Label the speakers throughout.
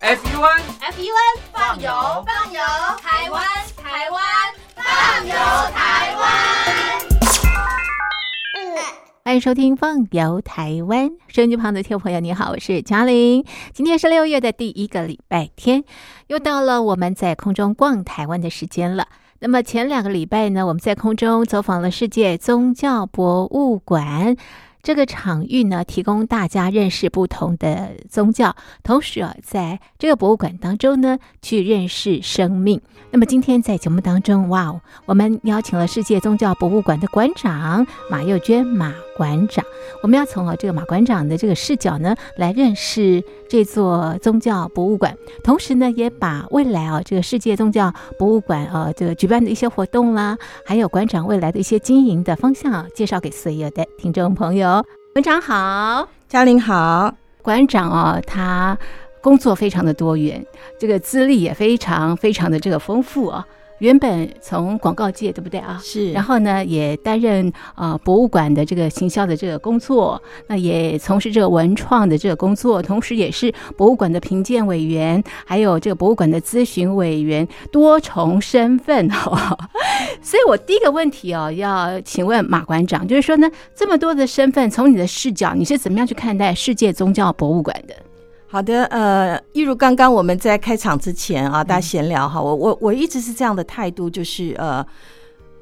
Speaker 1: F U N
Speaker 2: F U N
Speaker 3: 放油
Speaker 2: 放油，台湾台湾放油台湾。
Speaker 4: 欢迎收听《放游台湾》，收音机旁的听众朋友，你好，我是嘉玲。今天是六月的第一个礼拜天，又到了我们在空中逛台湾的时间了。那么前两个礼拜呢，我们在空中走访了世界宗教博物馆。这个场域呢，提供大家认识不同的宗教，同时啊，在这个博物馆当中呢，去认识生命。那么今天在节目当中，哇哦，我们邀请了世界宗教博物馆的馆长马幼娟马馆长，我们要从啊这个马馆长的这个视角呢，来认识这座宗教博物馆，同时呢，也把未来啊这个世界宗教博物馆啊这个举办的一些活动啦，还有馆长未来的一些经营的方向、啊、介绍给所有的听众朋友。馆长好，
Speaker 3: 嘉玲好，
Speaker 4: 馆长哦，他工作非常的多元，这个资历也非常非常的这个丰富啊、原本从广告界对不对啊？
Speaker 3: 是
Speaker 4: 然后呢，也担任呃博物馆的这个行销的这个工作，那也从事这个文创的这个工作，同时也是博物馆的评鉴委员，还有这个博物馆的咨询委员，多重身份哦。 所以我第一个问题哦，要请问马馆长，就是说呢，这么多的身份，从你的视角，你是怎么样去看待世界宗教博物馆的？
Speaker 3: 好的，呃，一如刚刚我们在开场之前啊，大家闲聊哈，我我我一直是这样的态度，就是呃，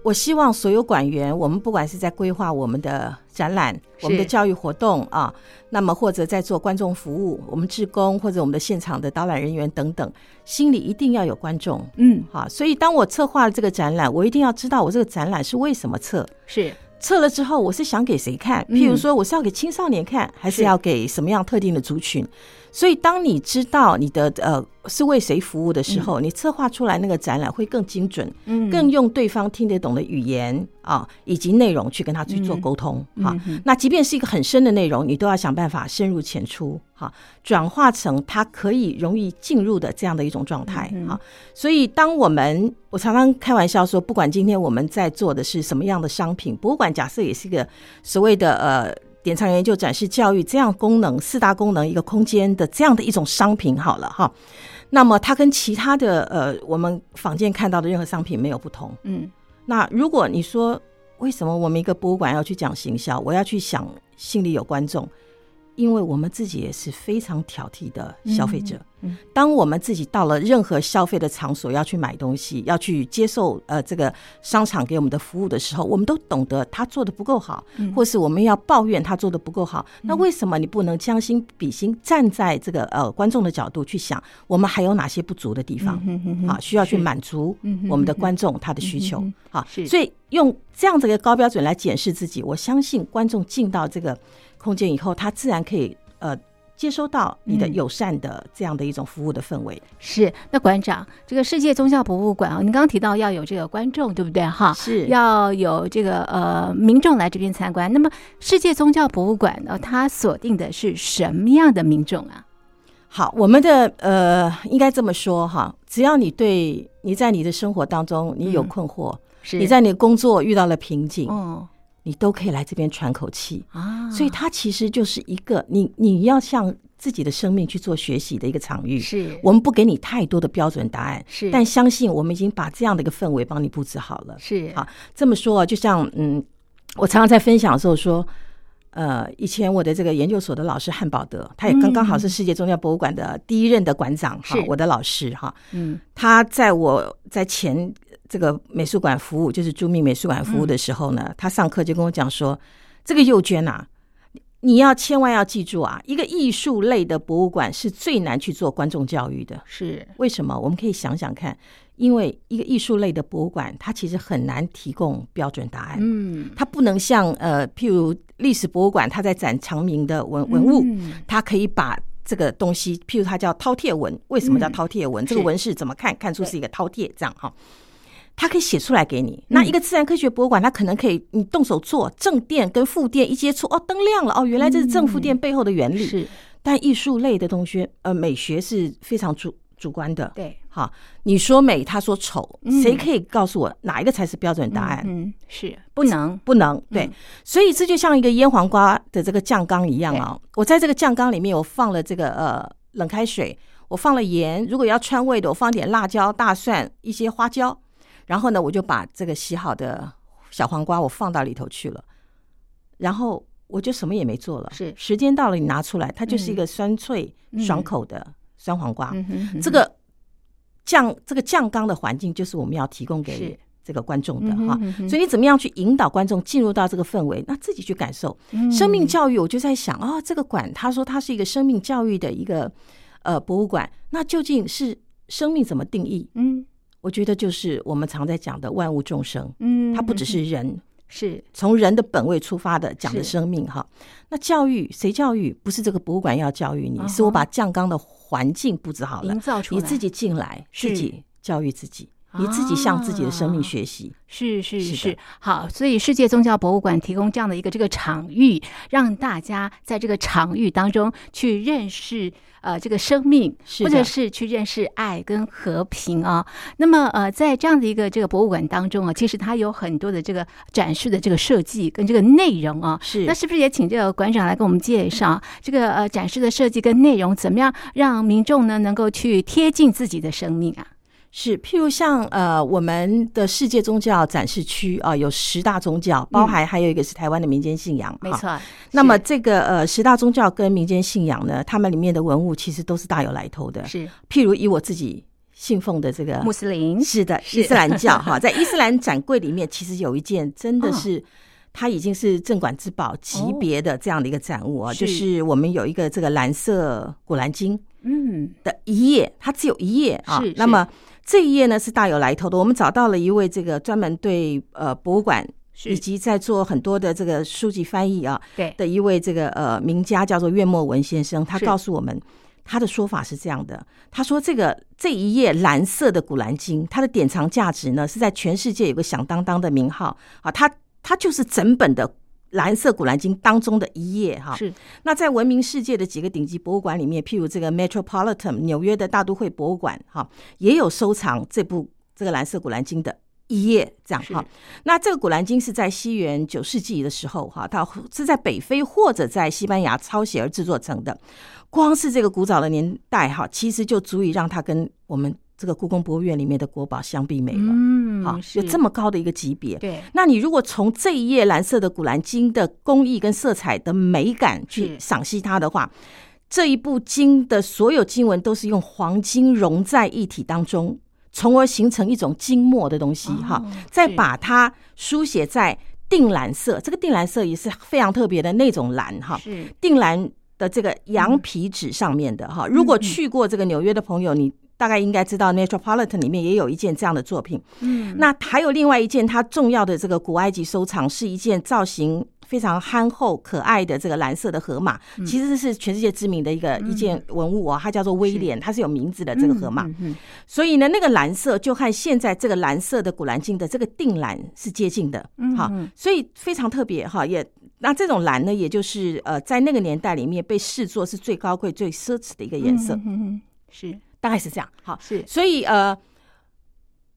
Speaker 3: 我希望所有馆员，我们不管是在规划我们的展览、
Speaker 4: 是
Speaker 3: 我们的教育活动啊，那么或者在做观众服务，我们志工或者我们的现场的导览人员等等，心里一定要有观众。
Speaker 4: 嗯，
Speaker 3: 好，所以当我策划了这个展览，我一定要知道我这个展览是为什么策，
Speaker 4: 是
Speaker 3: 测了之后，我是想给谁看？
Speaker 4: 嗯
Speaker 3: 譬如说，我是要给青少年看，还
Speaker 4: 是
Speaker 3: 是要给什么样特定的族群？所以，当你知道你的呃是为谁服务的时候，你策划出来那个展览会更精准，
Speaker 4: 嗯
Speaker 3: 更用对方听得懂的语言啊以及内容去跟他去做
Speaker 4: 嗯
Speaker 3: 沟通哈、
Speaker 4: 嗯哼
Speaker 3: 那即便是一个很深的内容，你都要想办法深入浅出，哈，转化成它可以容易进入的这样的一种状态，
Speaker 4: 嗯哼
Speaker 3: 哈、所以，当我们我常常开玩笑说，不管今天我们在做的是什么样的商品，博物馆假设也是一个所谓的呃典藏研究、展示、教育这样功能四大功能一个空间的这样的一种商品好了哈。那么它跟其他的呃我们坊间看到的任何商品没有不同，
Speaker 4: 嗯
Speaker 3: 那如果你说为什么我们一个博物馆要去讲行销，我要去想心里有观众，因为我们自己也是非常挑剔的消费者。
Speaker 4: 嗯嗯
Speaker 3: 当我们自己到了任何消费的场所要去买东西，要去接受呃这个商场给我们的服务的时候，我们都懂得他做的不够好，
Speaker 4: 嗯
Speaker 3: 或是我们要抱怨他做的不够好。那为什么你不能将心比心，站在这个呃观众的角度去想，我们还有哪些不足的地方？
Speaker 4: 嗯哼哼
Speaker 3: 啊，需要去
Speaker 4: 是
Speaker 3: 满足
Speaker 4: 嗯哼
Speaker 3: 我们的
Speaker 4: 嗯哼
Speaker 3: 观众他的需求
Speaker 4: 嗯
Speaker 3: 啊
Speaker 4: 是，
Speaker 3: 所以用这样子一个高标准来检视自己，我相信观众进到这个空间以后，他自然可以呃接收到你的
Speaker 4: 嗯
Speaker 3: 友善的这样的一种服务的氛围。
Speaker 4: 是，那馆长，这个世界宗教博物馆啊，你刚刚提到要有这个观众，对不对哈？
Speaker 3: 是
Speaker 4: 要有这个呃民众来这边参观。那么世界宗教博物馆呢，它锁定的是什么样的民众啊？
Speaker 3: 好，我们的呃应该这么说哈，只要你对你在你的生活当中你有
Speaker 4: 嗯
Speaker 3: 困惑，
Speaker 4: 是
Speaker 3: 你在你的工作遇到了瓶颈，
Speaker 4: 哦
Speaker 3: 你都可以来这边喘口气。
Speaker 4: 啊，
Speaker 3: 所以它其实就是一个你你要向自己的生命去做学习的一个场域。
Speaker 4: 是
Speaker 3: 我们不给你太多的标准答案，
Speaker 4: 是
Speaker 3: 但相信我们已经把这样的一个氛围帮你布置好了。
Speaker 4: 是
Speaker 3: 好这么说啊，就像嗯，我常常在分享的时候说，呃，以前我的这个研究所的老师汉堡德，他也刚刚好是世界宗教博物馆的第一任的馆长哈、
Speaker 4: 嗯是
Speaker 3: 我的老师哈、
Speaker 4: 嗯
Speaker 3: 他在我在前这个美术馆服务，就是著名美术馆服务
Speaker 4: 嗯
Speaker 3: 的时候呢，他上课就跟我讲说，这个幼娟啊，你要千万要记住啊，一个艺术类的博物馆是最难去做观众教育的。
Speaker 4: 是
Speaker 3: 为什么？我们可以想想看，因为一个艺术类的博物馆，它其实很难提供标准答案，
Speaker 4: 嗯
Speaker 3: 它不能像呃，譬如历史博物馆，它在展长明的文文物，
Speaker 4: 嗯
Speaker 3: 它可以把这个东西，譬如它叫饕餮文，为什么叫饕餮文？这个
Speaker 4: 是
Speaker 3: 文是怎么看看出是一个饕餮这样哈？它可以写出来给你。
Speaker 4: 嗯
Speaker 3: 那一个自然科学博物馆，它可能可以你动手做，正电跟负电一接触，哦，灯亮了，哦，原来这是正负电背后的原理。
Speaker 4: 嗯是
Speaker 3: 但艺术类的东西，呃，美学是非常主主观的。
Speaker 4: 对
Speaker 3: 哈，你说美，他说丑，
Speaker 4: 嗯
Speaker 3: 谁可以告诉我哪一个才是标准答案？
Speaker 4: 嗯嗯是不能
Speaker 3: 不能对，所以这就像一个腌黄瓜的这个酱缸一样啊、我在这个酱缸里面，我放了这个呃冷开水，我放了盐，如果要川味的，我放点辣椒、大蒜、一些花椒，然后呢，我就把这个洗好的小黄瓜我放到里头去了，然后我就什么也没做了。
Speaker 4: 是
Speaker 3: 时间到了，你拿出来，它就是一个酸脆、
Speaker 4: 嗯
Speaker 3: 爽口的酸黄瓜。
Speaker 4: 嗯哼，
Speaker 3: 啊这个酱这个酱缸的环境，就是我们要提供
Speaker 4: 是
Speaker 3: 给这个观众的
Speaker 4: 嗯哼
Speaker 3: 哈。
Speaker 4: 嗯哼
Speaker 3: 所以你怎么样去引导观众进入到这个氛围？那自己去感受。
Speaker 4: 嗯
Speaker 3: 生命教育，我就在想啊、这个馆他说它是一个生命教育的一个呃博物馆，那究竟是生命怎么定义？
Speaker 4: 嗯
Speaker 3: 我觉得就是我们常在讲的万物众生，
Speaker 4: 嗯，
Speaker 3: 它不只是人，
Speaker 4: 是
Speaker 3: 从人的本位出发的讲的
Speaker 4: 是
Speaker 3: 生命哈。那教育谁教育？不是这个博物馆要教育你，
Speaker 4: 啊哈
Speaker 3: 是我把酱缸的环境布置好了
Speaker 4: 营，造出
Speaker 3: 你
Speaker 4: 来
Speaker 3: 自己进来，
Speaker 4: 是啊
Speaker 3: 自己教育自己，你自己向自己的生命学习。
Speaker 4: 是是
Speaker 3: 是的
Speaker 4: 是，好，所以世界宗教博物馆提供这样的一个这个场域，让大家在这个场域当中去认识呃这个生命，
Speaker 3: 是
Speaker 4: 或者
Speaker 3: 的
Speaker 4: 是去认识爱跟和平啊。那么呃，在这样的一个这个博物馆当中啊，其实它有很多的这个展示的这个设计跟这个内容啊。
Speaker 3: 是
Speaker 4: 那是不是也请这个馆长来跟我们介绍这个呃展示的设计跟内容，怎么样让民众呢能够去贴近自己的生命啊？
Speaker 3: 是，譬如像呃，我们的世界宗教展示区啊、有十大宗教，包含还有一个是台湾的民间信仰。
Speaker 4: 嗯没
Speaker 3: 哈。
Speaker 4: 错，
Speaker 3: 那么
Speaker 4: 是
Speaker 3: 这个呃十大宗教跟民间信仰呢，它们里面的文物其实都是大有来头的。
Speaker 4: 是
Speaker 3: 譬如以我自己信奉的这个
Speaker 4: 穆斯林
Speaker 3: 是的，
Speaker 4: 是
Speaker 3: 伊斯兰教 哈，在伊斯兰展柜里面，其实有一件真
Speaker 4: 嗯
Speaker 3: 的是。它已经是镇馆之宝级别的这样的一个展物啊，
Speaker 4: 哦
Speaker 3: 就是我们有一个这个蓝色《古兰经》
Speaker 4: 嗯，
Speaker 3: 的一页，它只有一页啊
Speaker 4: 是是。
Speaker 3: 那么这一页呢是大有来头的，我们找到了一位这个专门对呃博物馆以
Speaker 4: 是
Speaker 3: 及在做很多的这个书籍翻译啊
Speaker 4: 对，
Speaker 3: 的一位这个呃名家，叫做岳墨文先生，他
Speaker 4: 是
Speaker 3: 告诉我们。他的说法是这样的，他说这个这一页蓝色的《古兰经》，它的典藏价值呢是在全世界有个响当当的名号啊，它它就是整本的蓝色《古兰经》当中的一页哈、
Speaker 4: 是
Speaker 3: 那在闻名世界的几个顶级博物馆里面，譬如这个 Metropolitan 纽约的大都会博物馆，哈，也有收藏这部这个蓝色《古兰经》的。一页这样
Speaker 4: 是
Speaker 3: 哈，那这个《古兰经》是在西元九世纪的时候哈，它是在北非或者在西班牙抄写而制作成的。光是这个古早的年代哈，其实就足以让它跟我们这个故宫博物院里面的国宝相媲美了。
Speaker 4: 嗯
Speaker 3: 好，
Speaker 4: 是
Speaker 3: 有这么高的一个级别。
Speaker 4: 对，
Speaker 3: 那你如果从这一页蓝色的《古兰经》的工艺跟色彩的美感去
Speaker 4: 是
Speaker 3: 赏析它的话，这一部经的所有经文都是用黄金融在一体当中，从而形成一种精墨的东西哈、
Speaker 4: 哦
Speaker 3: 再
Speaker 4: 是
Speaker 3: 把它书写在靛蓝色，这个靛蓝色也是非常特别的那种蓝哈。
Speaker 4: 是
Speaker 3: 定蓝的这个羊皮纸上面的哈。
Speaker 4: 嗯
Speaker 3: 如果去过这个纽约的朋友，你大概应该知道 Metropolitan 里面也有一件这样的作品。
Speaker 4: 嗯，
Speaker 3: 那还有另外一件它重要的这个古埃及收藏，是一件造型。非常憨厚可爱的这个蓝色的河马，
Speaker 4: 嗯
Speaker 3: 其实是全世界知名的一个一件文物哦，它叫做威廉，它是有名字的这个河马。
Speaker 4: 嗯嗯
Speaker 3: 所以呢，那个蓝色就和现在这个蓝色的《古兰经》的这个靛蓝是接近的，
Speaker 4: 嗯
Speaker 3: 哈
Speaker 4: 嗯，
Speaker 3: 所以非常特别哈。也那这种蓝呢，也就是呃，在那个年代里面被视作是最高贵、最奢侈的一个颜色，
Speaker 4: 嗯嗯嗯嗯是
Speaker 3: 大概是这样。好，
Speaker 4: 是
Speaker 3: 所以呃，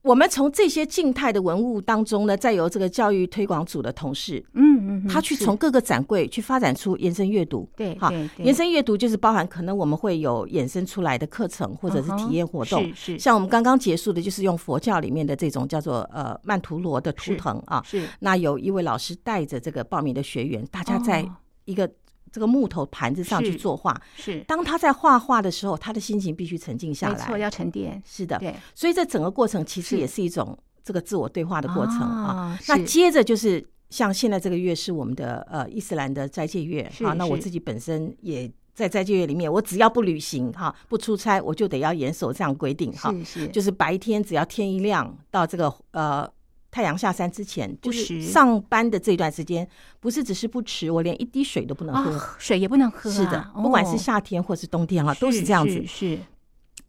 Speaker 3: 我们从这些静态的文物当中呢，再由这个教育推广组的同事，
Speaker 4: 嗯嗯嗯，
Speaker 3: 他去
Speaker 4: 是
Speaker 3: 从各个展柜去发展出延伸阅读。
Speaker 4: 对
Speaker 3: 哈
Speaker 4: 对，对
Speaker 3: 延伸阅读就是包含可能我们会有衍生出来的课程或者是体验活动
Speaker 4: 嗯哼，是是
Speaker 3: 像我们刚刚结束的，就是用佛教里面的这种叫做呃曼陀罗的图腾啊。
Speaker 4: 是
Speaker 3: 那有一位老师带着这个报名的学员，大家在
Speaker 4: 哦
Speaker 3: 一个这个木头盘子上去
Speaker 4: 是
Speaker 3: 作画。
Speaker 4: 是，
Speaker 3: 当他在画画的时候，他的心情必须沉静下
Speaker 4: 没错，
Speaker 3: 来。
Speaker 4: 要沉淀，
Speaker 3: 是的，
Speaker 4: 对
Speaker 3: 所以这整个过程其实
Speaker 4: 是
Speaker 3: 也是一种这个自我对话的过程啊。
Speaker 4: 啊
Speaker 3: 那
Speaker 4: 是
Speaker 3: 接着就是像现在这个月是我们的呃伊斯兰的斋戒月
Speaker 4: 是
Speaker 3: 啊，那我
Speaker 4: 是
Speaker 3: 自己本身也在斋戒月里面，我只要不旅行哈、不出差，我就得要严守这样规定哈。
Speaker 4: 是是
Speaker 3: 就是白天只要天一亮到这个呃太阳下山之前，就
Speaker 4: 迟
Speaker 3: 是上班的这段时间，不是只是不迟，我连一滴水都不能喝。
Speaker 4: 啊，水也不能喝啊，
Speaker 3: 是的，不管是
Speaker 4: 哦
Speaker 3: 夏天或是冬天啊，都是这样子
Speaker 4: 是。是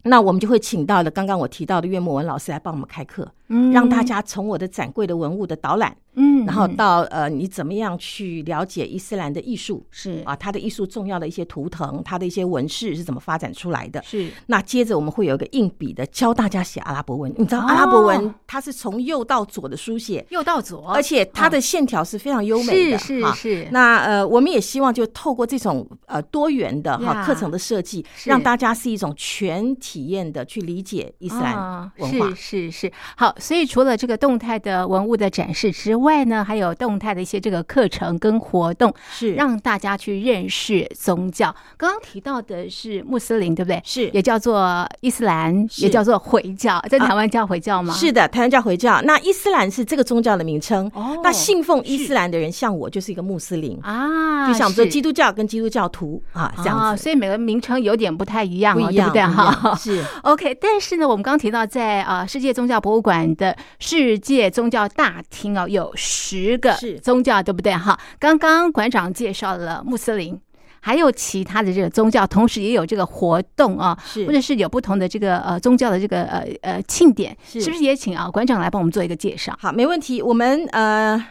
Speaker 3: 那我们就会请到了刚刚我提到的岳母文老师来帮我们开课。
Speaker 4: 嗯
Speaker 3: 让大家从我的展柜的文物的导览，
Speaker 4: 嗯，
Speaker 3: 然后
Speaker 4: 嗯
Speaker 3: 到呃你怎么样去了解伊斯兰的艺术
Speaker 4: 嗯是
Speaker 3: 啊，它的艺术重要的一些图腾，它的一些纹饰是怎么发展出来的。
Speaker 4: 是
Speaker 3: 那接着我们会有一个硬笔的教大家写阿拉伯文，你知道
Speaker 4: 哦
Speaker 3: 阿拉伯文它是从右到左的书写，
Speaker 4: 右到左，
Speaker 3: 而且它的线条是非常优美的，
Speaker 4: 哦是是
Speaker 3: 哈
Speaker 4: 是，
Speaker 3: 那呃，我们也希望就透过这种呃多元的哈
Speaker 4: 呀
Speaker 3: 课程的设计，
Speaker 4: 是
Speaker 3: 让大家是一种全体验的去理解伊
Speaker 4: 伊
Speaker 3: 斯
Speaker 4: 哦
Speaker 3: 兰文化。
Speaker 4: 啊是是是，好，所以除了这个动态的文物的展示之外呢，还有动态的一些这个课程跟活动，
Speaker 3: 是
Speaker 4: 让大家去认识宗教。刚刚提到的是穆斯林，对不对？
Speaker 3: 是
Speaker 4: 也叫做伊斯兰，
Speaker 3: 是啊
Speaker 4: 也叫做回教，在台湾叫回教吗？
Speaker 3: 是的，台湾教回教，那伊斯兰是这个宗教的名称。
Speaker 4: 哦
Speaker 3: 那信奉伊
Speaker 4: 是
Speaker 3: 斯兰的人，像我就是一个穆斯林，
Speaker 4: 啊，
Speaker 3: 就像我们说基
Speaker 4: 督
Speaker 3: 督教跟基督教徒啊这样子，
Speaker 4: 所以每个名称有点不太一样、哦，
Speaker 3: 不一
Speaker 4: 对
Speaker 3: 样，
Speaker 4: 不对？
Speaker 3: 不一样
Speaker 4: 哈，
Speaker 3: 是
Speaker 4: OK，但是呢，我们刚提到在啊、呃世界宗教博物馆的世界宗教大厅哦，有十个
Speaker 3: 是
Speaker 4: 宗教，对不对哈？刚刚馆长介绍了穆斯林，还有其他的这个宗教，同时也有这个活动啊、
Speaker 3: 是
Speaker 4: 或者是有不同的这个呃宗教的这个呃呃庆典，
Speaker 3: 是
Speaker 4: 不是也请啊、馆长来帮我们做一个介绍？
Speaker 3: 好，没问题。我们呃，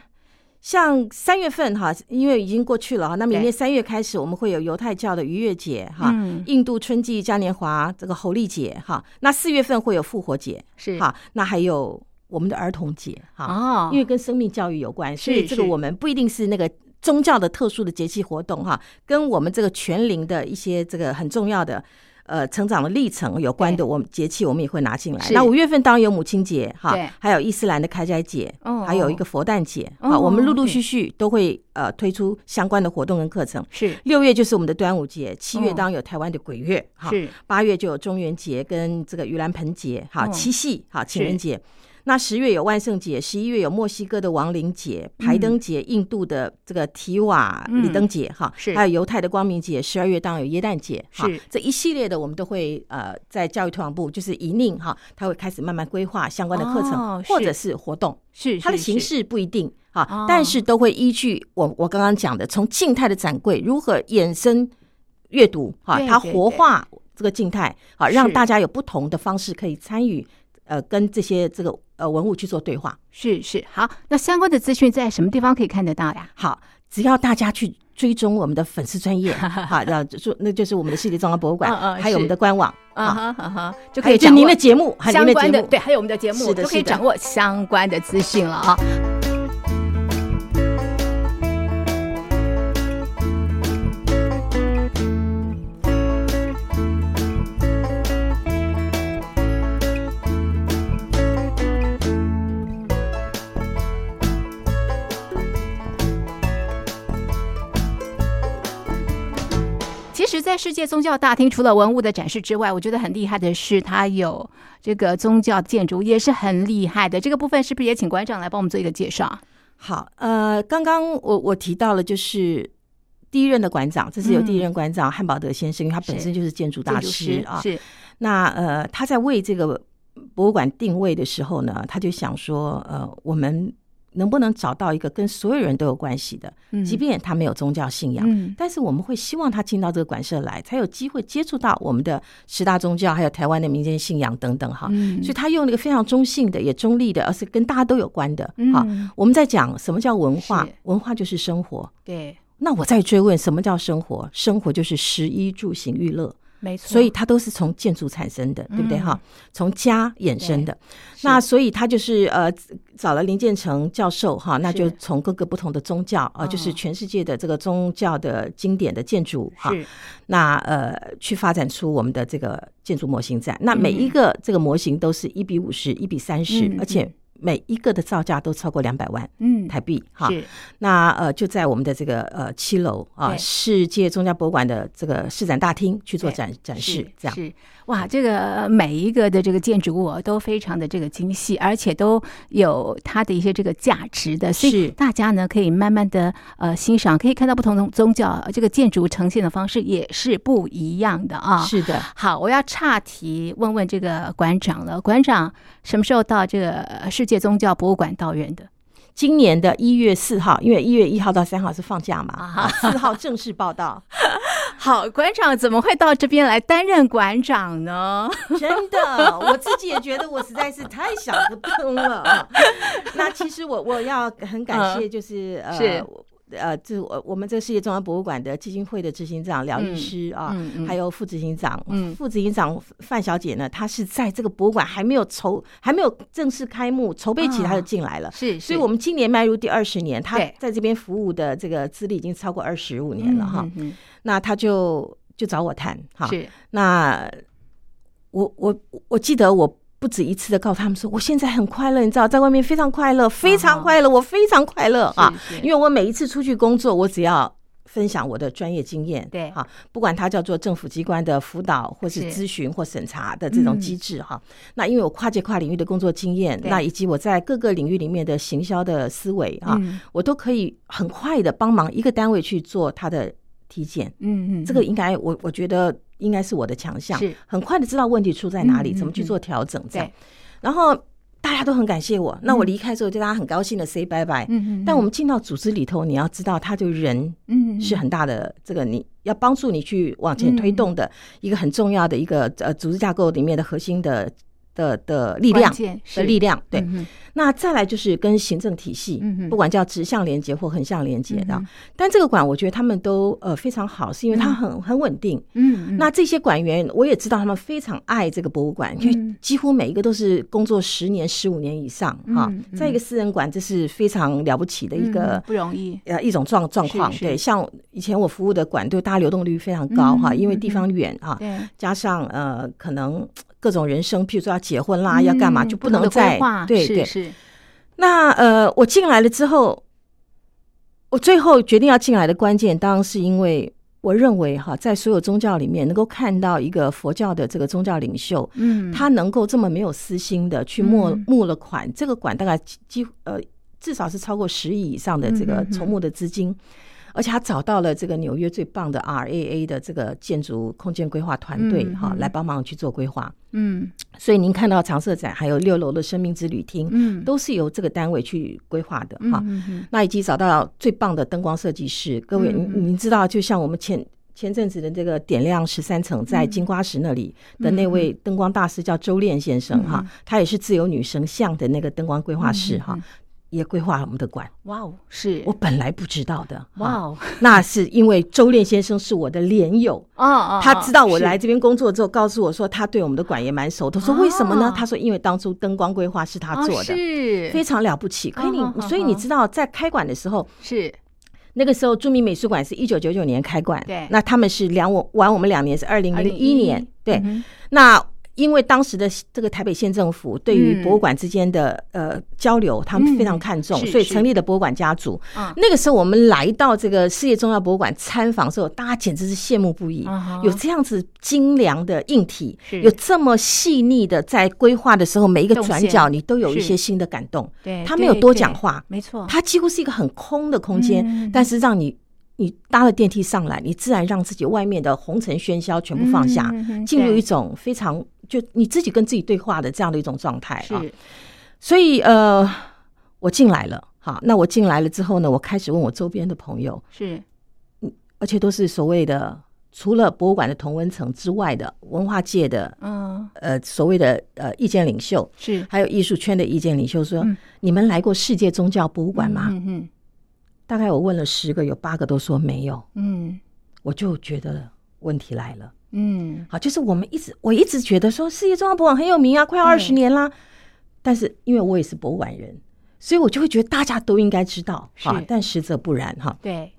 Speaker 3: 像三月份哈，因为已经过去了哈，那明年三月开始，我们会有犹太教的逾越节哈，
Speaker 4: 嗯
Speaker 3: 印度春季嘉年华这个猴历节哈，那四月份会有复活节
Speaker 4: 是
Speaker 3: 哈，那还有我们的儿童节哈，
Speaker 4: 哦，
Speaker 3: 因为跟生命教育有关，所以
Speaker 4: 是
Speaker 3: 这个
Speaker 4: 是
Speaker 3: 我们不一定是那个。宗教的特殊的节气活动哈，跟我们这个全龄的一些这个很重要的呃成长的历程有关的，我们节气我们也会拿进来。
Speaker 4: 是
Speaker 3: 那五月份当然有母亲节哈
Speaker 4: 对，
Speaker 3: 还有伊斯兰的开斋节，
Speaker 4: 哦
Speaker 3: 还有一个佛诞节
Speaker 4: 哦
Speaker 3: 啊，我们陆陆
Speaker 4: 对
Speaker 3: 续续都会呃推出相关的活动跟课程。
Speaker 4: 是
Speaker 3: 六月就是我们的端午节，七月
Speaker 4: 哦
Speaker 3: 当然有台湾的鬼月，哈、
Speaker 4: 是
Speaker 3: 八月就有中元节跟这个盂兰盆节，哈，
Speaker 4: 嗯
Speaker 3: 七夕，哈，情
Speaker 4: 是
Speaker 3: 人节。那十月有万圣节，十一月有墨西哥的亡灵节、排
Speaker 4: 嗯
Speaker 3: 灯节、印度的这个提瓦里灯节，哈、
Speaker 4: 是
Speaker 3: 还有犹太的光明节。十二月当然有耶诞节，哈
Speaker 4: 是
Speaker 3: 这一系列的我们都会呃在教育推广部就是一令哈，他会开始慢慢规划相关的课程、
Speaker 4: 哦
Speaker 3: 或
Speaker 4: 是
Speaker 3: 者是活动。
Speaker 4: 是
Speaker 3: 它的
Speaker 4: 是
Speaker 3: 形
Speaker 4: 是
Speaker 3: 式不一定啊，
Speaker 4: 哦
Speaker 3: 但是都会依据我我刚刚讲的，从静态的展柜如何衍生阅读啊
Speaker 4: 对，
Speaker 3: 它
Speaker 4: 对
Speaker 3: 活
Speaker 4: 对
Speaker 3: 化这个静态啊，让
Speaker 4: 是
Speaker 3: 大家有不同的方式可以参与，呃，跟这些这个呃文物去做对话。
Speaker 4: 是是好，那相关的资讯在什么地方可以看得到呀？
Speaker 3: 好，只要大家去追踪我们的粉 丝专业，好，那就那就是我们的世界中央博物馆，
Speaker 4: 嗯嗯
Speaker 3: 还有我们
Speaker 4: 是
Speaker 3: 的官网
Speaker 4: 啊
Speaker 3: 啊，
Speaker 4: 哈啊哈，就可
Speaker 3: 还
Speaker 4: 以
Speaker 3: 有就
Speaker 4: 掌
Speaker 3: 您
Speaker 4: 握
Speaker 3: 的节目，还有
Speaker 4: 相
Speaker 3: 啊您的
Speaker 4: 关
Speaker 3: 节
Speaker 4: 的
Speaker 3: 目，
Speaker 4: 对，还有我们的节目
Speaker 3: 是的
Speaker 4: 都可以
Speaker 3: 是的
Speaker 4: 掌握相关的资讯了啊。其实，在世界宗教大厅，除了文物的展示之外，我觉得很厉害的是，它有这个宗教建筑，也是很厉害的。这个部分是不是也请馆长来帮我们做一个介绍？
Speaker 3: 好，呃，刚刚我我提到了，就是第一任的馆长，这是由第一任馆长汉堡德先生，因为他本
Speaker 4: 嗯是
Speaker 3: 身就是建筑大
Speaker 4: 建筑
Speaker 3: 师啊。
Speaker 4: 是
Speaker 3: 那呃，他在为这个博物馆定位的时候呢，他就想说，呃，我们能不能找到一个跟所有人都有关系的，
Speaker 4: 嗯
Speaker 3: 即便他没有宗教信仰，
Speaker 4: 嗯
Speaker 3: 但是我们会希望他进到这个馆舍来，才有机会接触到我们的十大宗教，还有台湾的民间信仰等等哈。
Speaker 4: 嗯
Speaker 3: 所以他用了一个非常中性的，也中立的，而是跟大家都有关的哈。
Speaker 4: 嗯
Speaker 3: 我们在讲什么叫文化
Speaker 4: 是，
Speaker 3: 文化就是生活。
Speaker 4: 对，
Speaker 3: 那我再追问，什么叫生活？生活就是食衣住行娱乐，
Speaker 4: 没错，
Speaker 3: 所以它都是从建筑产生的，对不对
Speaker 4: 嗯
Speaker 3: 哈？从家衍生的。那所以他就是呃找了林建成教授哈，那就是从各个不同的宗教啊、呃
Speaker 4: 哦
Speaker 3: 就是全世界的这个宗教的经典的建筑哈，
Speaker 4: 是
Speaker 3: 那呃去发展出我们的这个建筑模型展。那每一个这个模型都是一比五十、一比三十
Speaker 4: 嗯，
Speaker 3: 而且每一个的造价都超过两百万
Speaker 4: 嗯
Speaker 3: 台币哈。
Speaker 4: 是
Speaker 3: 那呃，就在我们的这个呃七楼啊，
Speaker 4: 对
Speaker 3: 世界宗教博物馆的这个施展大厅去做展展示
Speaker 4: 是，
Speaker 3: 这样
Speaker 4: 是哇，这个呃每一个的这个建筑物哦都非常的这个精细，而且都有它的一些这个价值的，所以
Speaker 3: 是
Speaker 4: 大家呢可以慢慢的呃欣赏，可以看到不同的宗教呃这个建筑呈现的方式也是不一样的啊。
Speaker 3: 是的。
Speaker 4: 好，我要岔题问问这个馆长了，馆长什么时候到这个呃世界宗教博物馆到院的？
Speaker 3: 今年的一月四号，因为一月一号到三号是放假嘛，
Speaker 4: 啊
Speaker 3: 啊，四号正式报道。
Speaker 4: 好，馆长怎么会到这边来担任馆长呢？
Speaker 3: 真的，我自己也觉得我实在是太想不通了 啊。那其实我我要很感谢，就是、
Speaker 4: 嗯是
Speaker 3: 呃。我呃，就是我我们这个世界中央博物馆的基金会的执行长廖律师啊，
Speaker 4: 嗯嗯
Speaker 3: 还有副执行长，
Speaker 4: 嗯
Speaker 3: 副执行长范小姐呢，她是在这个博物馆还没有筹，还没有正式开幕，筹备期
Speaker 4: 啊
Speaker 3: 她就进来 了，
Speaker 4: 是，
Speaker 3: 所以我们今年迈入第二十年，她
Speaker 4: 对
Speaker 3: 在这边服务的这个资历已经超过二十五年了哈，
Speaker 4: 嗯，嗯
Speaker 3: 那她就就找我谈哈，
Speaker 4: 嗯是
Speaker 3: 那我我我记得我不止一次的告诉他们说，我现在很快乐，你知道，在外面非常快乐，非常快乐，我非常快乐啊！
Speaker 4: 嗯是是
Speaker 3: 因为我每一次出去工作，我只要。分享我的专业经验，
Speaker 4: 对
Speaker 3: 哈、不管它叫做政府机关的辅导，或是
Speaker 4: 是嗯
Speaker 3: 咨询或审查的这种机制哈、那因为我跨界跨领域的工作经验，
Speaker 4: 对
Speaker 3: 那以及我在各个领域里面的行销的思维啊，
Speaker 4: 嗯
Speaker 3: 我都可以很快的帮忙一个单位去做它的体检，
Speaker 4: 嗯嗯，
Speaker 3: 这个应该我我觉得应该是我的强项
Speaker 4: 是，
Speaker 3: 很快的知道问题出在哪里，
Speaker 4: 嗯嗯
Speaker 3: 怎么去做调整这样
Speaker 4: 对。嗯
Speaker 3: 然后大家都很感谢我，那我离开之后对大家很高兴的 say 拜拜。
Speaker 4: 嗯嗯，
Speaker 3: 但我们进到组织里头，你要知道，他对人
Speaker 4: 嗯
Speaker 3: 是很大的这个，你要帮助你去往前推动的一个很重要的一个呃组织架构里面的核心的的的力量的
Speaker 4: 是
Speaker 3: 力量。对，
Speaker 4: 嗯
Speaker 3: 那再来就是跟行政体系
Speaker 4: 嗯哼，
Speaker 3: 不管叫直向连接或横向连接
Speaker 4: 嗯
Speaker 3: 的
Speaker 4: 哼，
Speaker 3: 但这个馆我觉得他们都呃非常好，是因为它很很稳定。
Speaker 4: 嗯，嗯
Speaker 3: 那这些馆员我也知道他们非常爱这个博物馆，因
Speaker 4: 嗯
Speaker 3: 为几乎每一个都是工作十年、十五年以上哈
Speaker 4: 嗯，嗯
Speaker 3: 在一个私人馆这是非常了不起的一
Speaker 4: 嗯
Speaker 3: 个
Speaker 4: 不容易，
Speaker 3: 呃一种状状况。
Speaker 4: 是是
Speaker 3: 对，像以前我服务的馆队，大家流动率非常高哈，
Speaker 4: 嗯
Speaker 3: 因为地方远啊，
Speaker 4: 对，
Speaker 3: 加上呃可能。各种人生，譬如说要结婚
Speaker 4: 嗯
Speaker 3: 啦，啊要干嘛，就
Speaker 4: 不同
Speaker 3: 能
Speaker 4: 的规
Speaker 3: 再
Speaker 4: 划
Speaker 3: 对
Speaker 4: 是
Speaker 3: 对，
Speaker 4: 是，
Speaker 3: 那呃，我进来了之后，我最后决定要进来的关键，当然是因为我认为哈，在所有宗教里面，能够看到一个佛教的这个宗教领袖，
Speaker 4: 嗯，
Speaker 3: 他能够这么没有私心的去募
Speaker 4: 嗯
Speaker 3: 募了款，这个款大概几几乎呃至少是超过十亿以上的这
Speaker 4: 嗯
Speaker 3: 个
Speaker 4: 嗯嗯
Speaker 3: 筹募的资金。而且他找到了这个纽约最棒的 RAA 的这个建筑空间规划团队
Speaker 4: 嗯嗯
Speaker 3: 哈，
Speaker 4: 嗯
Speaker 3: 来帮忙去做规划。
Speaker 4: 嗯
Speaker 3: 所以您看到长社展还有六楼的生命之旅厅，
Speaker 4: 嗯
Speaker 3: 都是由这个单位去规划的哈。
Speaker 4: 嗯嗯
Speaker 3: 那以及找到最棒的灯光设计师，各位，
Speaker 4: 嗯
Speaker 3: 您您知道，就像我们前前阵子的这个点亮十三层
Speaker 4: 嗯
Speaker 3: 在金瓜石那里的那位灯光大师叫周炼先生
Speaker 4: 嗯
Speaker 3: 哈，他也是自由女神像的那个灯光规划师哈。也规划了我们的馆，
Speaker 4: 哇哦，是
Speaker 3: 我本来不知道的。
Speaker 4: 哇
Speaker 3: 哈，
Speaker 4: 哦，
Speaker 3: 那是因为周炼先生是我的连友，
Speaker 4: 哦哦，
Speaker 3: 他知道我
Speaker 4: 是
Speaker 3: 来这边工作之后，告诉我说他对我们的馆也蛮熟。他说为什么
Speaker 4: 哦
Speaker 3: 呢？他说因为当初灯光规划是他
Speaker 4: 哦
Speaker 3: 做的，
Speaker 4: 是
Speaker 3: 非常了不起。可以
Speaker 4: 哦好
Speaker 3: 你，
Speaker 4: 好
Speaker 3: 所以你知道，在开馆的时候，
Speaker 4: 是
Speaker 3: 那个时候著名美术馆是一九九九年开馆，
Speaker 4: 对
Speaker 3: 那他们是两我晚我们两年是二零零一
Speaker 4: 2011
Speaker 3: 年，对，
Speaker 4: 嗯哼
Speaker 3: 那。因为当时的这个台北县政府对于博物馆之间的、呃交流，他们非常看重，
Speaker 4: 嗯是
Speaker 3: 所以
Speaker 4: 是
Speaker 3: 成立了博物馆家族。
Speaker 4: 嗯
Speaker 3: 那个时候我们来到这个世界重要博物馆参访的时候，大家简直是羡慕不已。
Speaker 4: 嗯哼
Speaker 3: 有这样子精良的硬体
Speaker 4: 是，
Speaker 3: 有这么细腻的在规划的时候，每一个
Speaker 4: 动
Speaker 3: 转
Speaker 4: 线
Speaker 3: 角你都有
Speaker 4: 是
Speaker 3: 一些新的感动。
Speaker 4: 对
Speaker 3: 他没有多讲，
Speaker 4: 哎对
Speaker 3: 话
Speaker 4: 对，没错，
Speaker 3: 它几乎是一个很空的空间，
Speaker 4: 嗯
Speaker 3: 但是让你你搭了电梯上来，你自然让自己外面的红尘喧嚣全部放下，
Speaker 4: 嗯嗯嗯嗯
Speaker 3: 进入
Speaker 4: 对
Speaker 3: 一种非常就你自己跟自己对话的这样的一种状态啊。
Speaker 4: 是
Speaker 3: 所以呃，我进来了，好，那我进来了之后呢，我开始问我周边的朋友，
Speaker 4: 是
Speaker 3: 而且都是所谓的除了博物馆的同温层之外的文化界的
Speaker 4: 嗯
Speaker 3: 呃所谓的呃意见领袖。
Speaker 4: 是
Speaker 3: 还有艺术圈的意见领袖说：“你们来过世界宗教博物馆吗？”
Speaker 4: 嗯嗯
Speaker 3: 大概我问了十个，有八个都说没有，
Speaker 4: 嗯
Speaker 3: 我就觉得问题来了。
Speaker 4: 嗯
Speaker 3: 好，就是我们一直我一直觉得说世界中央博物馆很有名啊，快要二十年啦。但是因为我也是博物馆人，所以我就会觉得大家都应该知道
Speaker 4: 是
Speaker 3: 哈，但实则不然哈。
Speaker 4: 对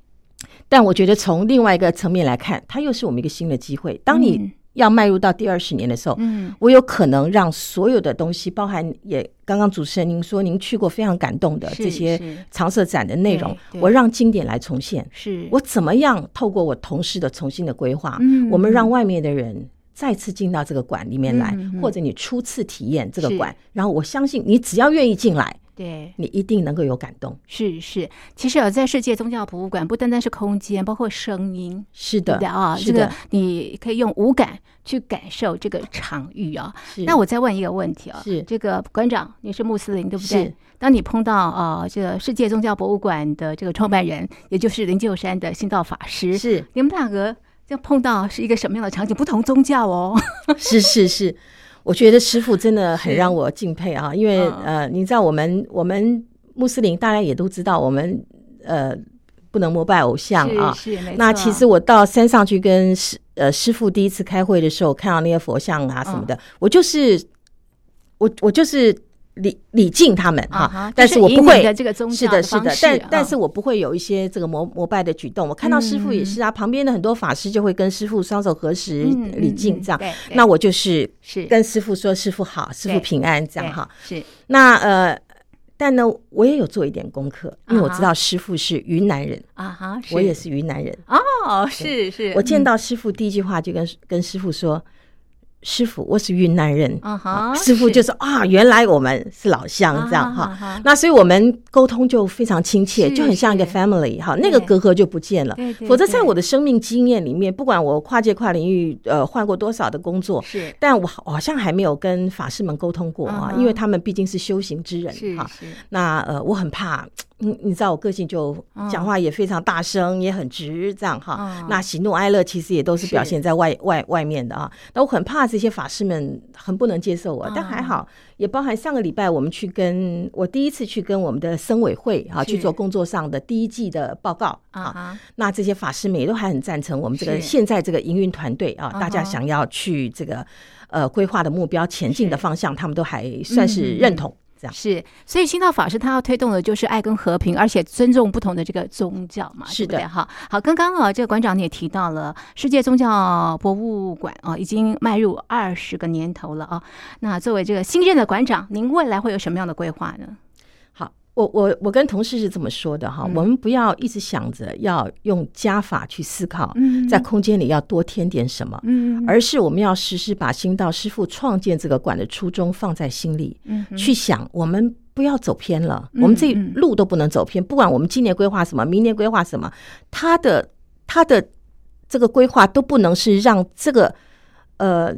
Speaker 3: 但我觉得从另外一个层面来看，它又是我们一个新的机会。
Speaker 4: 嗯
Speaker 3: 当你要迈入到第二十年的时候，
Speaker 4: 嗯
Speaker 3: 我有可能让所有的东西，包含也刚刚主持人您说您去过非常感动的
Speaker 4: 是
Speaker 3: 这些
Speaker 4: 是
Speaker 3: 常设展的内容
Speaker 4: 对对，
Speaker 3: 我让经典来重现。
Speaker 4: 是
Speaker 3: 我怎么样透过我同事的重新的规划，
Speaker 4: 嗯
Speaker 3: 我们让外面的人再次进到这个馆里面来，
Speaker 4: 嗯嗯
Speaker 3: 或者你初次体验这个
Speaker 4: 是
Speaker 3: 馆，然后我相信你只要愿意进来，
Speaker 4: 对。
Speaker 3: 你一定能够有感动。
Speaker 4: 是是，其实有在世界宗教博物馆，不单单是空间，包括声音，
Speaker 3: 是
Speaker 4: 对
Speaker 3: 的
Speaker 4: 不对，啊？
Speaker 3: 是
Speaker 4: 这个
Speaker 3: 的，
Speaker 4: 你可以用五感去感受这个场域啊。
Speaker 3: 是
Speaker 4: 那我再问一个问题啊，
Speaker 3: 是
Speaker 4: 这个馆长，你是穆斯林对不对
Speaker 3: 是？
Speaker 4: 当你碰到啊、呃这个世界宗教博物馆的这个创办人，也就是灵鹫山的信道法师，
Speaker 3: 是
Speaker 4: 你们两个这碰到是一个什么样的场景？不同宗教哦，
Speaker 3: 是是是，我觉得师傅真的很让我敬佩啊，因为、
Speaker 4: 嗯
Speaker 3: 呃，你知道我们我们穆斯林大家也都知道，我们呃不能膜拜偶像啊。
Speaker 4: 是是，没错
Speaker 3: 那其实我到山上去跟师呃师傅第一次开会的时候，看到那些佛像啊
Speaker 4: 嗯
Speaker 3: 什么的，我就是我我就是礼礼敬他们哈、
Speaker 4: 啊哈，
Speaker 3: 但
Speaker 4: 就是
Speaker 3: 我
Speaker 4: 以
Speaker 3: 不
Speaker 4: 你
Speaker 3: 会
Speaker 4: 的这个宗
Speaker 3: 是
Speaker 4: 教
Speaker 3: 的，是
Speaker 4: 方
Speaker 3: 的，
Speaker 4: 式
Speaker 3: 但
Speaker 4: 啊
Speaker 3: 但是我不会有一些这个膜膜拜的举动。我看到师傅也是啊，旁边的很多法师就会跟师傅双手合十
Speaker 4: 嗯
Speaker 3: 礼
Speaker 4: 嗯
Speaker 3: 敬
Speaker 4: 嗯
Speaker 3: 这样
Speaker 4: 对。对
Speaker 3: 那我就是
Speaker 4: 是
Speaker 3: 跟师傅说师傅好，师傅
Speaker 4: 对
Speaker 3: 平安这样哈。，
Speaker 4: 对是
Speaker 3: 那呃，但呢，我也有做一点功课，因为我
Speaker 4: 啊哈
Speaker 3: 知道师傅是云南人，
Speaker 4: 啊哈，
Speaker 3: 我也是云南人。
Speaker 4: 哦，是是，
Speaker 3: 我见
Speaker 4: 嗯
Speaker 3: 到师傅第一句话就跟跟师傅说：“师傅，我是云南人。”
Speaker 4: 啊哈，
Speaker 3: 啊师傅就说啊，原来我们是老乡这样
Speaker 4: 啊
Speaker 3: 哈
Speaker 4: 哈啊哈。
Speaker 3: 那所以我们沟通就非常亲切，
Speaker 4: 是
Speaker 3: 就很像一个
Speaker 4: 是
Speaker 3: family 哈，
Speaker 4: 对
Speaker 3: 那个隔阂就不见了
Speaker 4: 对对。
Speaker 3: 否则在
Speaker 4: 对
Speaker 3: 我的生命经验里面，不管我跨界跨领域呃换过多少的工作。
Speaker 4: 是
Speaker 3: 但我好好像还没有跟法师们沟通过啊
Speaker 4: 嗯，哼
Speaker 3: 因为他们毕竟是修行之人
Speaker 4: 是
Speaker 3: 哈。
Speaker 4: 是，
Speaker 3: 那呃，我很怕，你你知道我个性就
Speaker 4: 嗯
Speaker 3: 讲话也非常大声，也很直，这样哈
Speaker 4: 嗯。
Speaker 3: 那喜怒哀乐其实也都是表
Speaker 4: 是
Speaker 3: 现在外外外面的啊。那我很怕这些法师们很不能接受我，但还
Speaker 4: 嗯
Speaker 3: 好，也包含上个礼拜我们去跟我第一次去跟我们的僧委会啊去
Speaker 4: 是
Speaker 3: 做工作上的第一季的报告
Speaker 4: 啊
Speaker 3: 啊。
Speaker 4: 哈，
Speaker 3: 那这些法师们也都还很赞成我们这个
Speaker 4: 是嗯
Speaker 3: 现在这个营运团队啊，
Speaker 4: 哈
Speaker 3: 大家想要去这个呃规划的目标前进的
Speaker 4: 是
Speaker 3: 方向，他们都还算是
Speaker 4: 嗯
Speaker 3: 认同。这样。
Speaker 4: 是，所以新道法师他要推动的就是爱跟和平，而且尊重不同的这个宗教嘛，
Speaker 3: 是
Speaker 4: 对不对
Speaker 3: 的
Speaker 4: 哈。好，刚刚啊，这个馆长你也提到了，世界宗教博物馆啊，已经迈入二十个年头了啊。那作为这个新任的馆长，您未来会有什么样的规划呢？
Speaker 3: 好，我我我跟同事是这么说的哈，
Speaker 4: 嗯
Speaker 3: 我们不要一直想着要用加法去思考，
Speaker 4: 嗯
Speaker 3: 在空间里要多添点什么，
Speaker 4: 嗯，
Speaker 3: 而是我们要时时把新道师傅创建这个馆的初衷放在心里，
Speaker 4: 嗯哼
Speaker 3: 去想我们。不要走偏了，
Speaker 4: 嗯
Speaker 3: 我们这
Speaker 4: 嗯
Speaker 3: 路都不能走偏。不管我们今年规划什么，明年规划什么，他的他的这个规划都不能是让这个呃，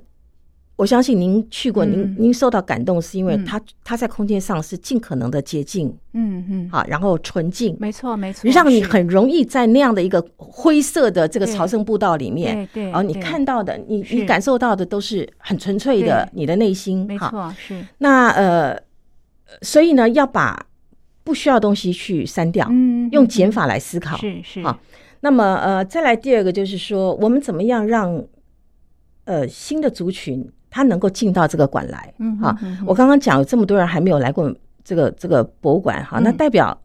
Speaker 3: 我相信您去过，
Speaker 4: 嗯
Speaker 3: 您您受到感动，是因为
Speaker 4: 嗯
Speaker 3: 他他在空间上是尽可能的洁净，
Speaker 4: 嗯嗯，
Speaker 3: 好，啊然后纯净，
Speaker 4: 没错没错，
Speaker 3: 让你
Speaker 4: 是
Speaker 3: 很容易在那样的一个灰色的这个
Speaker 4: 对
Speaker 3: 朝圣步道里面，
Speaker 4: 对对，
Speaker 3: 哦，你
Speaker 4: 对
Speaker 3: 看到的，你
Speaker 4: 是
Speaker 3: 你感受到的都是很纯粹的
Speaker 4: 对
Speaker 3: 你的内心
Speaker 4: 没，
Speaker 3: 哈
Speaker 4: 错是，
Speaker 3: 那呃，所以呢，要把不需要的东西去删掉，
Speaker 4: 嗯，
Speaker 3: 用
Speaker 4: 嗯
Speaker 3: 减
Speaker 4: 嗯
Speaker 3: 法来思考。
Speaker 4: 是是
Speaker 3: 好那么呃，再来第二个就是说，我们怎么样让呃新的族群他能够进到这个馆来？
Speaker 4: 嗯
Speaker 3: 好
Speaker 4: 哼嗯哼
Speaker 3: 我刚刚讲有这么多人还没有来过这个这个博物馆哈，
Speaker 4: 嗯
Speaker 3: 那代表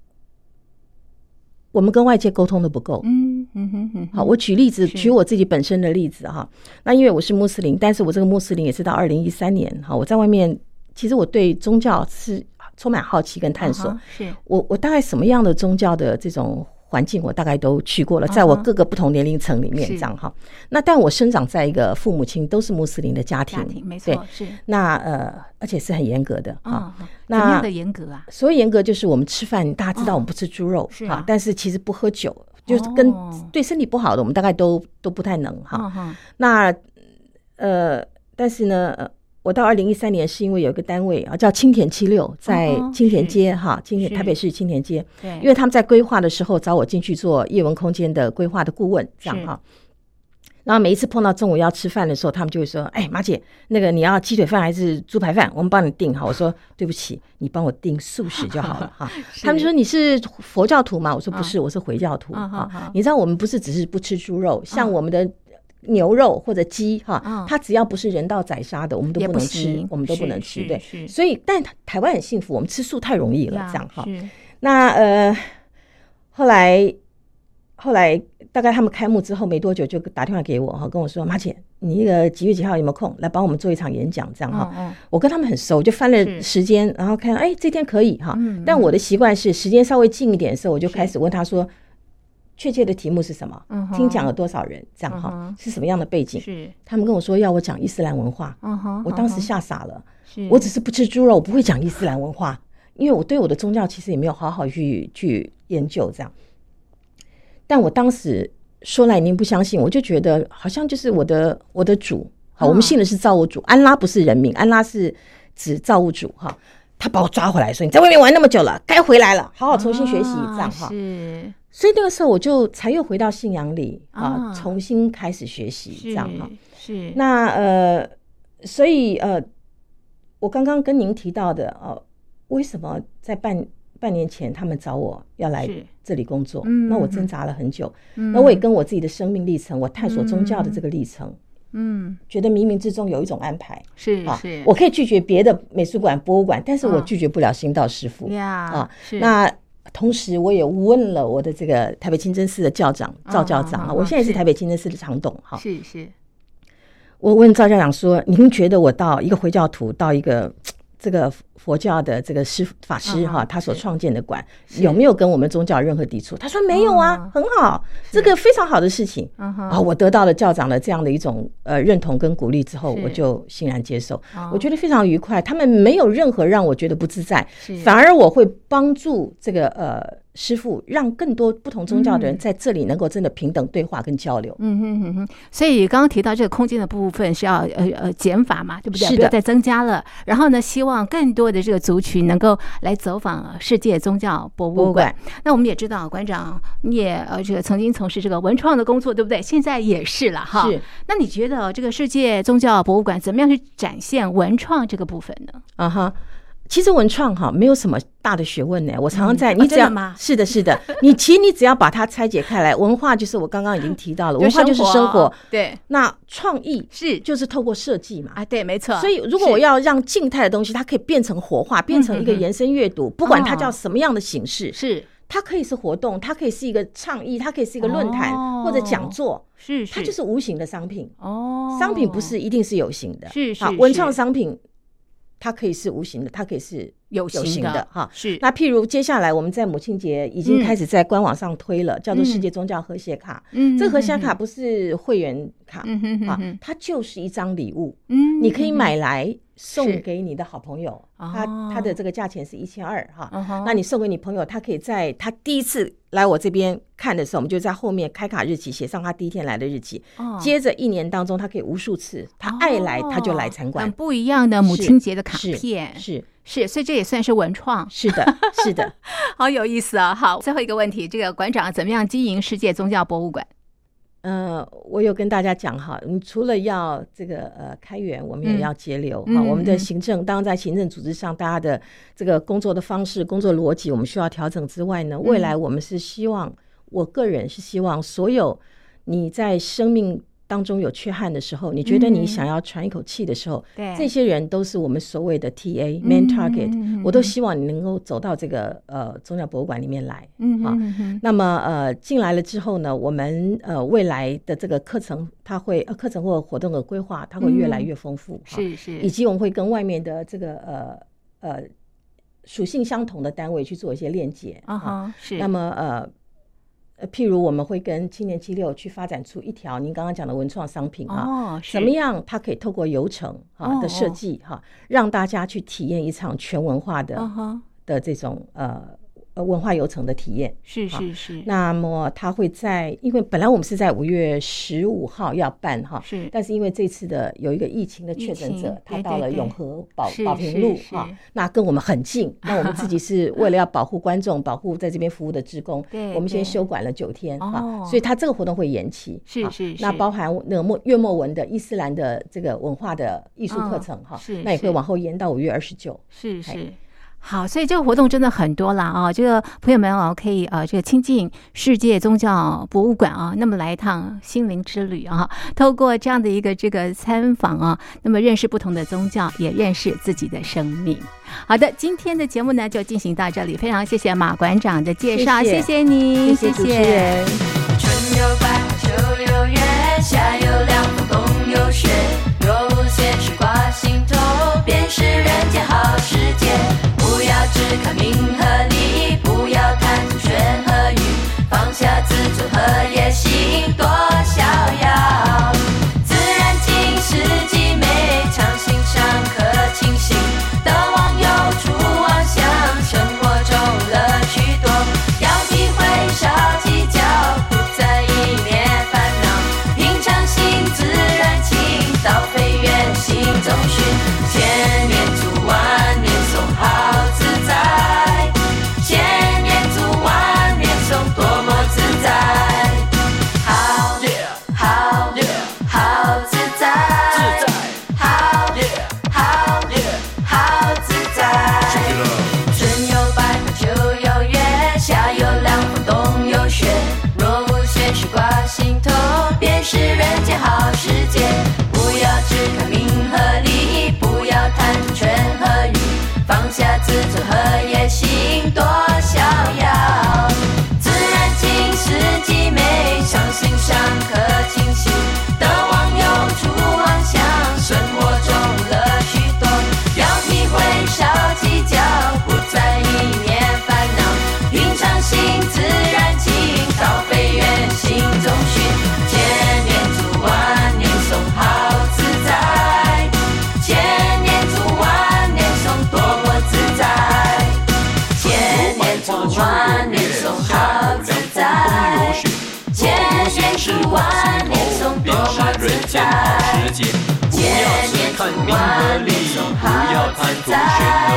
Speaker 3: 我们跟外界沟通的不够。
Speaker 4: 嗯嗯哼嗯哼，
Speaker 3: 好，我举例子，
Speaker 4: 是
Speaker 3: 举我自己本身的例子哈。那因为我是穆斯林，但是我这个穆斯林也是到二零一三年哈，我在外面，其实我对宗教是充满好奇跟探索。
Speaker 4: 啊哈是
Speaker 3: 我我大概什么样的宗教的这种环境，我大概都去过了，在我
Speaker 4: 啊哈
Speaker 3: 各个不同年龄层里面
Speaker 4: 是
Speaker 3: 这样哈。那但我生长在一个父母亲都是穆斯林的家庭
Speaker 4: 家，庭没
Speaker 3: 对
Speaker 4: 错是
Speaker 3: 那呃，而且是很严格的啊。
Speaker 4: 啊，好怎
Speaker 3: 那
Speaker 4: 么样的严格啊？
Speaker 3: 所谓严格，就是我们吃饭，大家知
Speaker 4: 哦
Speaker 3: 道我们不吃猪肉，
Speaker 4: 是啊
Speaker 3: 但是其实不喝酒，就是跟
Speaker 4: 哦
Speaker 3: 对身体不好的，我们大概都都不太能哈。
Speaker 4: 嗯哼
Speaker 3: 那呃，但是呢，呃我到二零一三年是因为有一个单位啊，叫青田七六，在
Speaker 4: 嗯哼
Speaker 3: 青田
Speaker 4: 是
Speaker 3: 街哈，青田
Speaker 4: 是
Speaker 3: 台北市青田街，
Speaker 4: 对，
Speaker 3: 因为他们在规划的时候找我进去做夜文空间的规划的顾问，这样哈。然后每一次碰到中午要吃饭的时候，他们就会说：“哎，马姐，那个你要鸡腿饭还是猪排饭？我们帮你订哈。”我说：“对不起，你帮我订素食就好了 哈。”他们说：“你是佛教徒吗？”我说：“不
Speaker 4: 啊
Speaker 3: 是，我是回教徒
Speaker 4: 嗯
Speaker 3: 啊。
Speaker 4: 好好
Speaker 3: 你知道我们不是只是不吃猪肉，
Speaker 4: 嗯
Speaker 3: 像我们的牛肉或者鸡
Speaker 4: 嗯
Speaker 3: 哈，它只要不是人道宰杀的，我们都
Speaker 4: 也
Speaker 3: 不
Speaker 4: 不
Speaker 3: 能吃
Speaker 4: 行，
Speaker 3: 我们都不
Speaker 4: 是
Speaker 3: 能吃。
Speaker 4: 是
Speaker 3: 对，
Speaker 4: 是
Speaker 3: 所以但台湾很幸福，我们吃素太容易了
Speaker 4: 呀，
Speaker 3: 这样哈。
Speaker 4: 是
Speaker 3: 那呃，后来后来大概他们开幕之后没多久，就打电话给我哈，跟我说：“马姐，你那个几月几号有没有空来帮我们做一场演讲？”这样哈，
Speaker 4: 嗯
Speaker 3: 我跟他们很熟，就翻
Speaker 4: 是
Speaker 3: 了时间，然后看哎这天可以哈。
Speaker 4: 嗯
Speaker 3: 但我的习惯是时间稍微近一点的时候，我就开始问他说。确切的题目是什么？
Speaker 4: 嗯哼
Speaker 3: 听讲了多少人？这样哈、
Speaker 4: 嗯哼
Speaker 3: 是什么样的背
Speaker 4: 嗯
Speaker 3: 景？
Speaker 4: 是
Speaker 3: 他们跟我说要我讲伊斯兰文化，
Speaker 4: 嗯哼，
Speaker 3: 我当时吓傻了。
Speaker 4: 是
Speaker 3: 我只是不吃猪肉，我不会讲伊斯兰文化，因为我对我的宗教其实也没有好好去去研究这样。但我当时说来您不相信，我就觉得好像就是我的我的主，好，
Speaker 4: 嗯
Speaker 3: 我们信的是造物主，安拉不是人民，安拉是指造物主哈。他把我抓回来，说你在外面玩那么久了，该回来了，好好重新学习，这样
Speaker 4: 啊
Speaker 3: 哈。
Speaker 4: 是
Speaker 3: 所以那个时候我就才又回到信仰里啊、
Speaker 4: 啊
Speaker 3: 重新开始学习这
Speaker 4: 是
Speaker 3: 样啊。
Speaker 4: 是
Speaker 3: 那呃，所以呃，我刚刚跟您提到的呃，为什么在半半年前他们找我要来
Speaker 4: 是
Speaker 3: 这里工作？
Speaker 4: 嗯
Speaker 3: 那我
Speaker 4: 嗯
Speaker 3: 挣扎了很久，
Speaker 4: 那
Speaker 3: 那我也跟我自己的生命历程，我探索宗教的这个历程，
Speaker 4: 嗯
Speaker 3: 觉得冥冥之中有一种安排
Speaker 4: 是
Speaker 3: 啊
Speaker 4: 是，
Speaker 3: 我可以拒绝别的美术馆、博物馆，但是我
Speaker 4: 啊
Speaker 3: 拒绝不了新道师傅。
Speaker 4: 呀
Speaker 3: 啊
Speaker 4: 是
Speaker 3: 那同时，我也问了我的这个台北清真寺的教长赵教长
Speaker 4: 啊啊
Speaker 3: 啊，
Speaker 4: 啊
Speaker 3: 我现在是
Speaker 4: 是
Speaker 3: 台北清真寺的常董哈。
Speaker 4: 是是
Speaker 3: 我问赵教长说：“您觉得我到一个回教徒到一个这个佛教的这个师法师
Speaker 4: 啊
Speaker 3: 哈，
Speaker 4: 啊
Speaker 3: 他所
Speaker 4: 是
Speaker 3: 创建的馆
Speaker 4: 是
Speaker 3: 有没有跟我们宗教有任何抵触？”他说：“没有啊
Speaker 4: 啊，
Speaker 3: 很好，这个非常好的事情。”
Speaker 4: 嗯哼
Speaker 3: 啊，我得到了教长的这样的一种呃认同跟鼓励之后，
Speaker 4: 是
Speaker 3: 我就欣然接受，
Speaker 4: 啊
Speaker 3: 我觉得非常愉快。他们没有任何让我觉得不自在，
Speaker 4: 是
Speaker 3: 反而我会帮助这个呃师傅，让更多不同宗教的人在这里能够真的平等对话跟交流。
Speaker 4: 嗯哼嗯哼，所以刚刚提到这个空间的部分是要呃呃减法嘛，对不对？
Speaker 3: 是的
Speaker 4: 不要再增加了。然后呢，希望更多的这个族群能够来走访呃世界宗教博
Speaker 3: 博
Speaker 4: 物
Speaker 3: 物
Speaker 4: 馆
Speaker 3: 馆。
Speaker 4: 那我们也知道，馆长你也呃这个曾经从事这个文创的工作，对不对？现在也是了哈。
Speaker 3: 是。
Speaker 4: 那你觉得这个世界宗教博物馆怎么样去展现文创这个部分呢？
Speaker 3: 啊哈。其实文创哈没有什么大的学问呢。我常常
Speaker 4: 嗯啊
Speaker 3: 在、你只
Speaker 4: 真
Speaker 3: 要、
Speaker 4: 的吗
Speaker 3: 是的，是的，你其实你只要把它拆解开来，文化就是我刚刚已经提 到了，文化就是生活，，
Speaker 4: 对，
Speaker 3: 那创意
Speaker 4: 是
Speaker 3: 就是透过设计嘛。
Speaker 4: 啊，对，没错。
Speaker 3: 所以，如果
Speaker 4: 是
Speaker 3: 我要让静态的东西，它可以变成活化，变成一个
Speaker 4: 嗯嗯嗯
Speaker 3: 延伸阅读，不管它
Speaker 4: 哦
Speaker 3: 叫什么样的形式，
Speaker 4: 是
Speaker 3: 它可以是活动，它可以是一个倡议，它可以是一个论坛
Speaker 4: 哦
Speaker 3: 或者讲座，
Speaker 4: 是是，
Speaker 3: 它就是无形的商品。
Speaker 4: 哦，
Speaker 3: 商品不是一定是有形的，
Speaker 4: 是是
Speaker 3: 好文
Speaker 4: 是
Speaker 3: 创商品，它可以是无形的，它可以是
Speaker 4: 有
Speaker 3: 有形的哈。
Speaker 4: 是
Speaker 3: 那譬如接下来我们在母亲节已经
Speaker 4: 嗯
Speaker 3: 开始在官网上推了，叫
Speaker 4: 嗯
Speaker 3: 做世界宗教和谐卡。
Speaker 4: 嗯
Speaker 3: 这个和谐卡
Speaker 4: 嗯
Speaker 3: 不是会员卡
Speaker 4: 嗯哼哼
Speaker 3: 啊
Speaker 4: 哼，
Speaker 3: 它就是一张礼物，
Speaker 4: 嗯，
Speaker 3: 你可以
Speaker 4: 嗯，
Speaker 3: 买来
Speaker 4: 是
Speaker 3: 送给你的好朋友。它
Speaker 4: 哦
Speaker 3: 它的这个价钱是一千二哈。
Speaker 4: 嗯哼
Speaker 3: 那你送给你朋友，他可以在他第一次来我这边看的时候，我们就在后面开卡日期写上他第一天来的日期。
Speaker 4: 哦
Speaker 3: 接着一年当中，他可以无数次，他爱来他就来参
Speaker 4: 很
Speaker 3: 观。
Speaker 4: 不一样的母
Speaker 3: 是
Speaker 4: 亲节的卡
Speaker 3: 是
Speaker 4: 片，
Speaker 3: 是
Speaker 4: 是，所以这也算是文创，
Speaker 3: 是的，是的。
Speaker 4: 好有意思啊！好，最后一个问题，这个馆长怎么样经营世界宗教博物馆？
Speaker 3: 呃，我有跟大家讲哈，你除了要这个呃开源，我们
Speaker 4: 嗯
Speaker 3: 也要节流、
Speaker 4: 嗯
Speaker 3: 哈。我
Speaker 4: 嗯
Speaker 3: 们的行政，当然在行政组织上，大家的这个工作的方式、工作逻辑，我们需要调整之外呢，未
Speaker 4: 嗯
Speaker 3: 来我们是希望，我个人是希望所有你在生命当中有缺憾的时候，你觉得
Speaker 4: 嗯
Speaker 3: 你想要喘一口气的时候，
Speaker 4: 对
Speaker 3: 这些人都是我们所谓的 TA、
Speaker 4: 嗯
Speaker 3: main target，、
Speaker 4: 嗯嗯
Speaker 3: 我都
Speaker 4: 嗯
Speaker 3: 希望你能够走到这个呃宗教博物馆里面来。
Speaker 4: 嗯
Speaker 3: 好
Speaker 4: 哼哼
Speaker 3: 那么呃，进来了之后呢，我们呃未来的这个课程，它会呃课程或活动的规划，它会越来越丰富，哈
Speaker 4: 嗯是是
Speaker 3: 以及我们会跟外面的这个呃呃属性相同的单位去做一些链接
Speaker 4: 啊哈是，
Speaker 3: 那么呃。呃，譬如我们会跟青年七六去发展出一条您刚刚讲的文创商品啊，
Speaker 4: 哦
Speaker 3: 怎么？样它可以透过流程
Speaker 4: 哦
Speaker 3: 啊的设
Speaker 4: 哦
Speaker 3: 计哈，让大家去体验一场全文化
Speaker 4: 是
Speaker 3: 的
Speaker 4: 啊哈
Speaker 3: 的这种呃呃文化游程的体验。
Speaker 4: 是
Speaker 3: 好
Speaker 4: 是是
Speaker 3: 啊那么他会在，因为本来我们是在五月十五号要办哈，
Speaker 4: 是
Speaker 3: 但是因为这次的有一个疫情的确
Speaker 4: 疫
Speaker 3: 诊
Speaker 4: 情
Speaker 3: 者，他
Speaker 4: 对
Speaker 3: 到
Speaker 4: 对
Speaker 3: 了
Speaker 4: 对
Speaker 3: 永和保
Speaker 4: 是
Speaker 3: 保
Speaker 4: 是
Speaker 3: 平路
Speaker 4: 是
Speaker 3: 啊，那跟我们很近，那我们自己是为了要保护观众，保护在这边服务的职工
Speaker 4: 对，
Speaker 3: 我们
Speaker 4: 对
Speaker 3: 先休馆了九天
Speaker 4: 哦
Speaker 3: 啊，所以他这个活动会延期，
Speaker 4: 是
Speaker 3: 啊
Speaker 4: 是
Speaker 3: 那
Speaker 4: 是
Speaker 3: 包含那个莫月莫文的伊斯兰的这个文化的艺术课
Speaker 4: 嗯
Speaker 3: 程哈
Speaker 4: 是，
Speaker 3: 那也
Speaker 4: 是
Speaker 3: 会往后延到五月二十九，
Speaker 4: 是
Speaker 3: 哎
Speaker 4: 是。好，所以这个活动真的很多啦啊！这个朋友们啊，可以呃，这个亲近世界宗教博物馆啊，那么来一趟心灵之旅啊，透过这样的一个这个参访啊，那么认识不同的宗教，也认识自己的生命。好的，今天的节目呢就进行到这里，非常谢谢马馆长的介绍，
Speaker 3: 谢谢
Speaker 4: 谢您，
Speaker 3: 谢主持人。
Speaker 2: 春有百，秋有月，夏有凉风，冬有雪。若无闲事挂心头，便是人间好时节。不要只看名和利，不要贪图权和欲，放下自尊和野心，多逍遥。自然境是极美，常欣赏可清醒。得忘忧，处妄想，生活中乐趣多，要体会少计较，不在意。
Speaker 1: 节，不要只看名和利，不要贪图炫而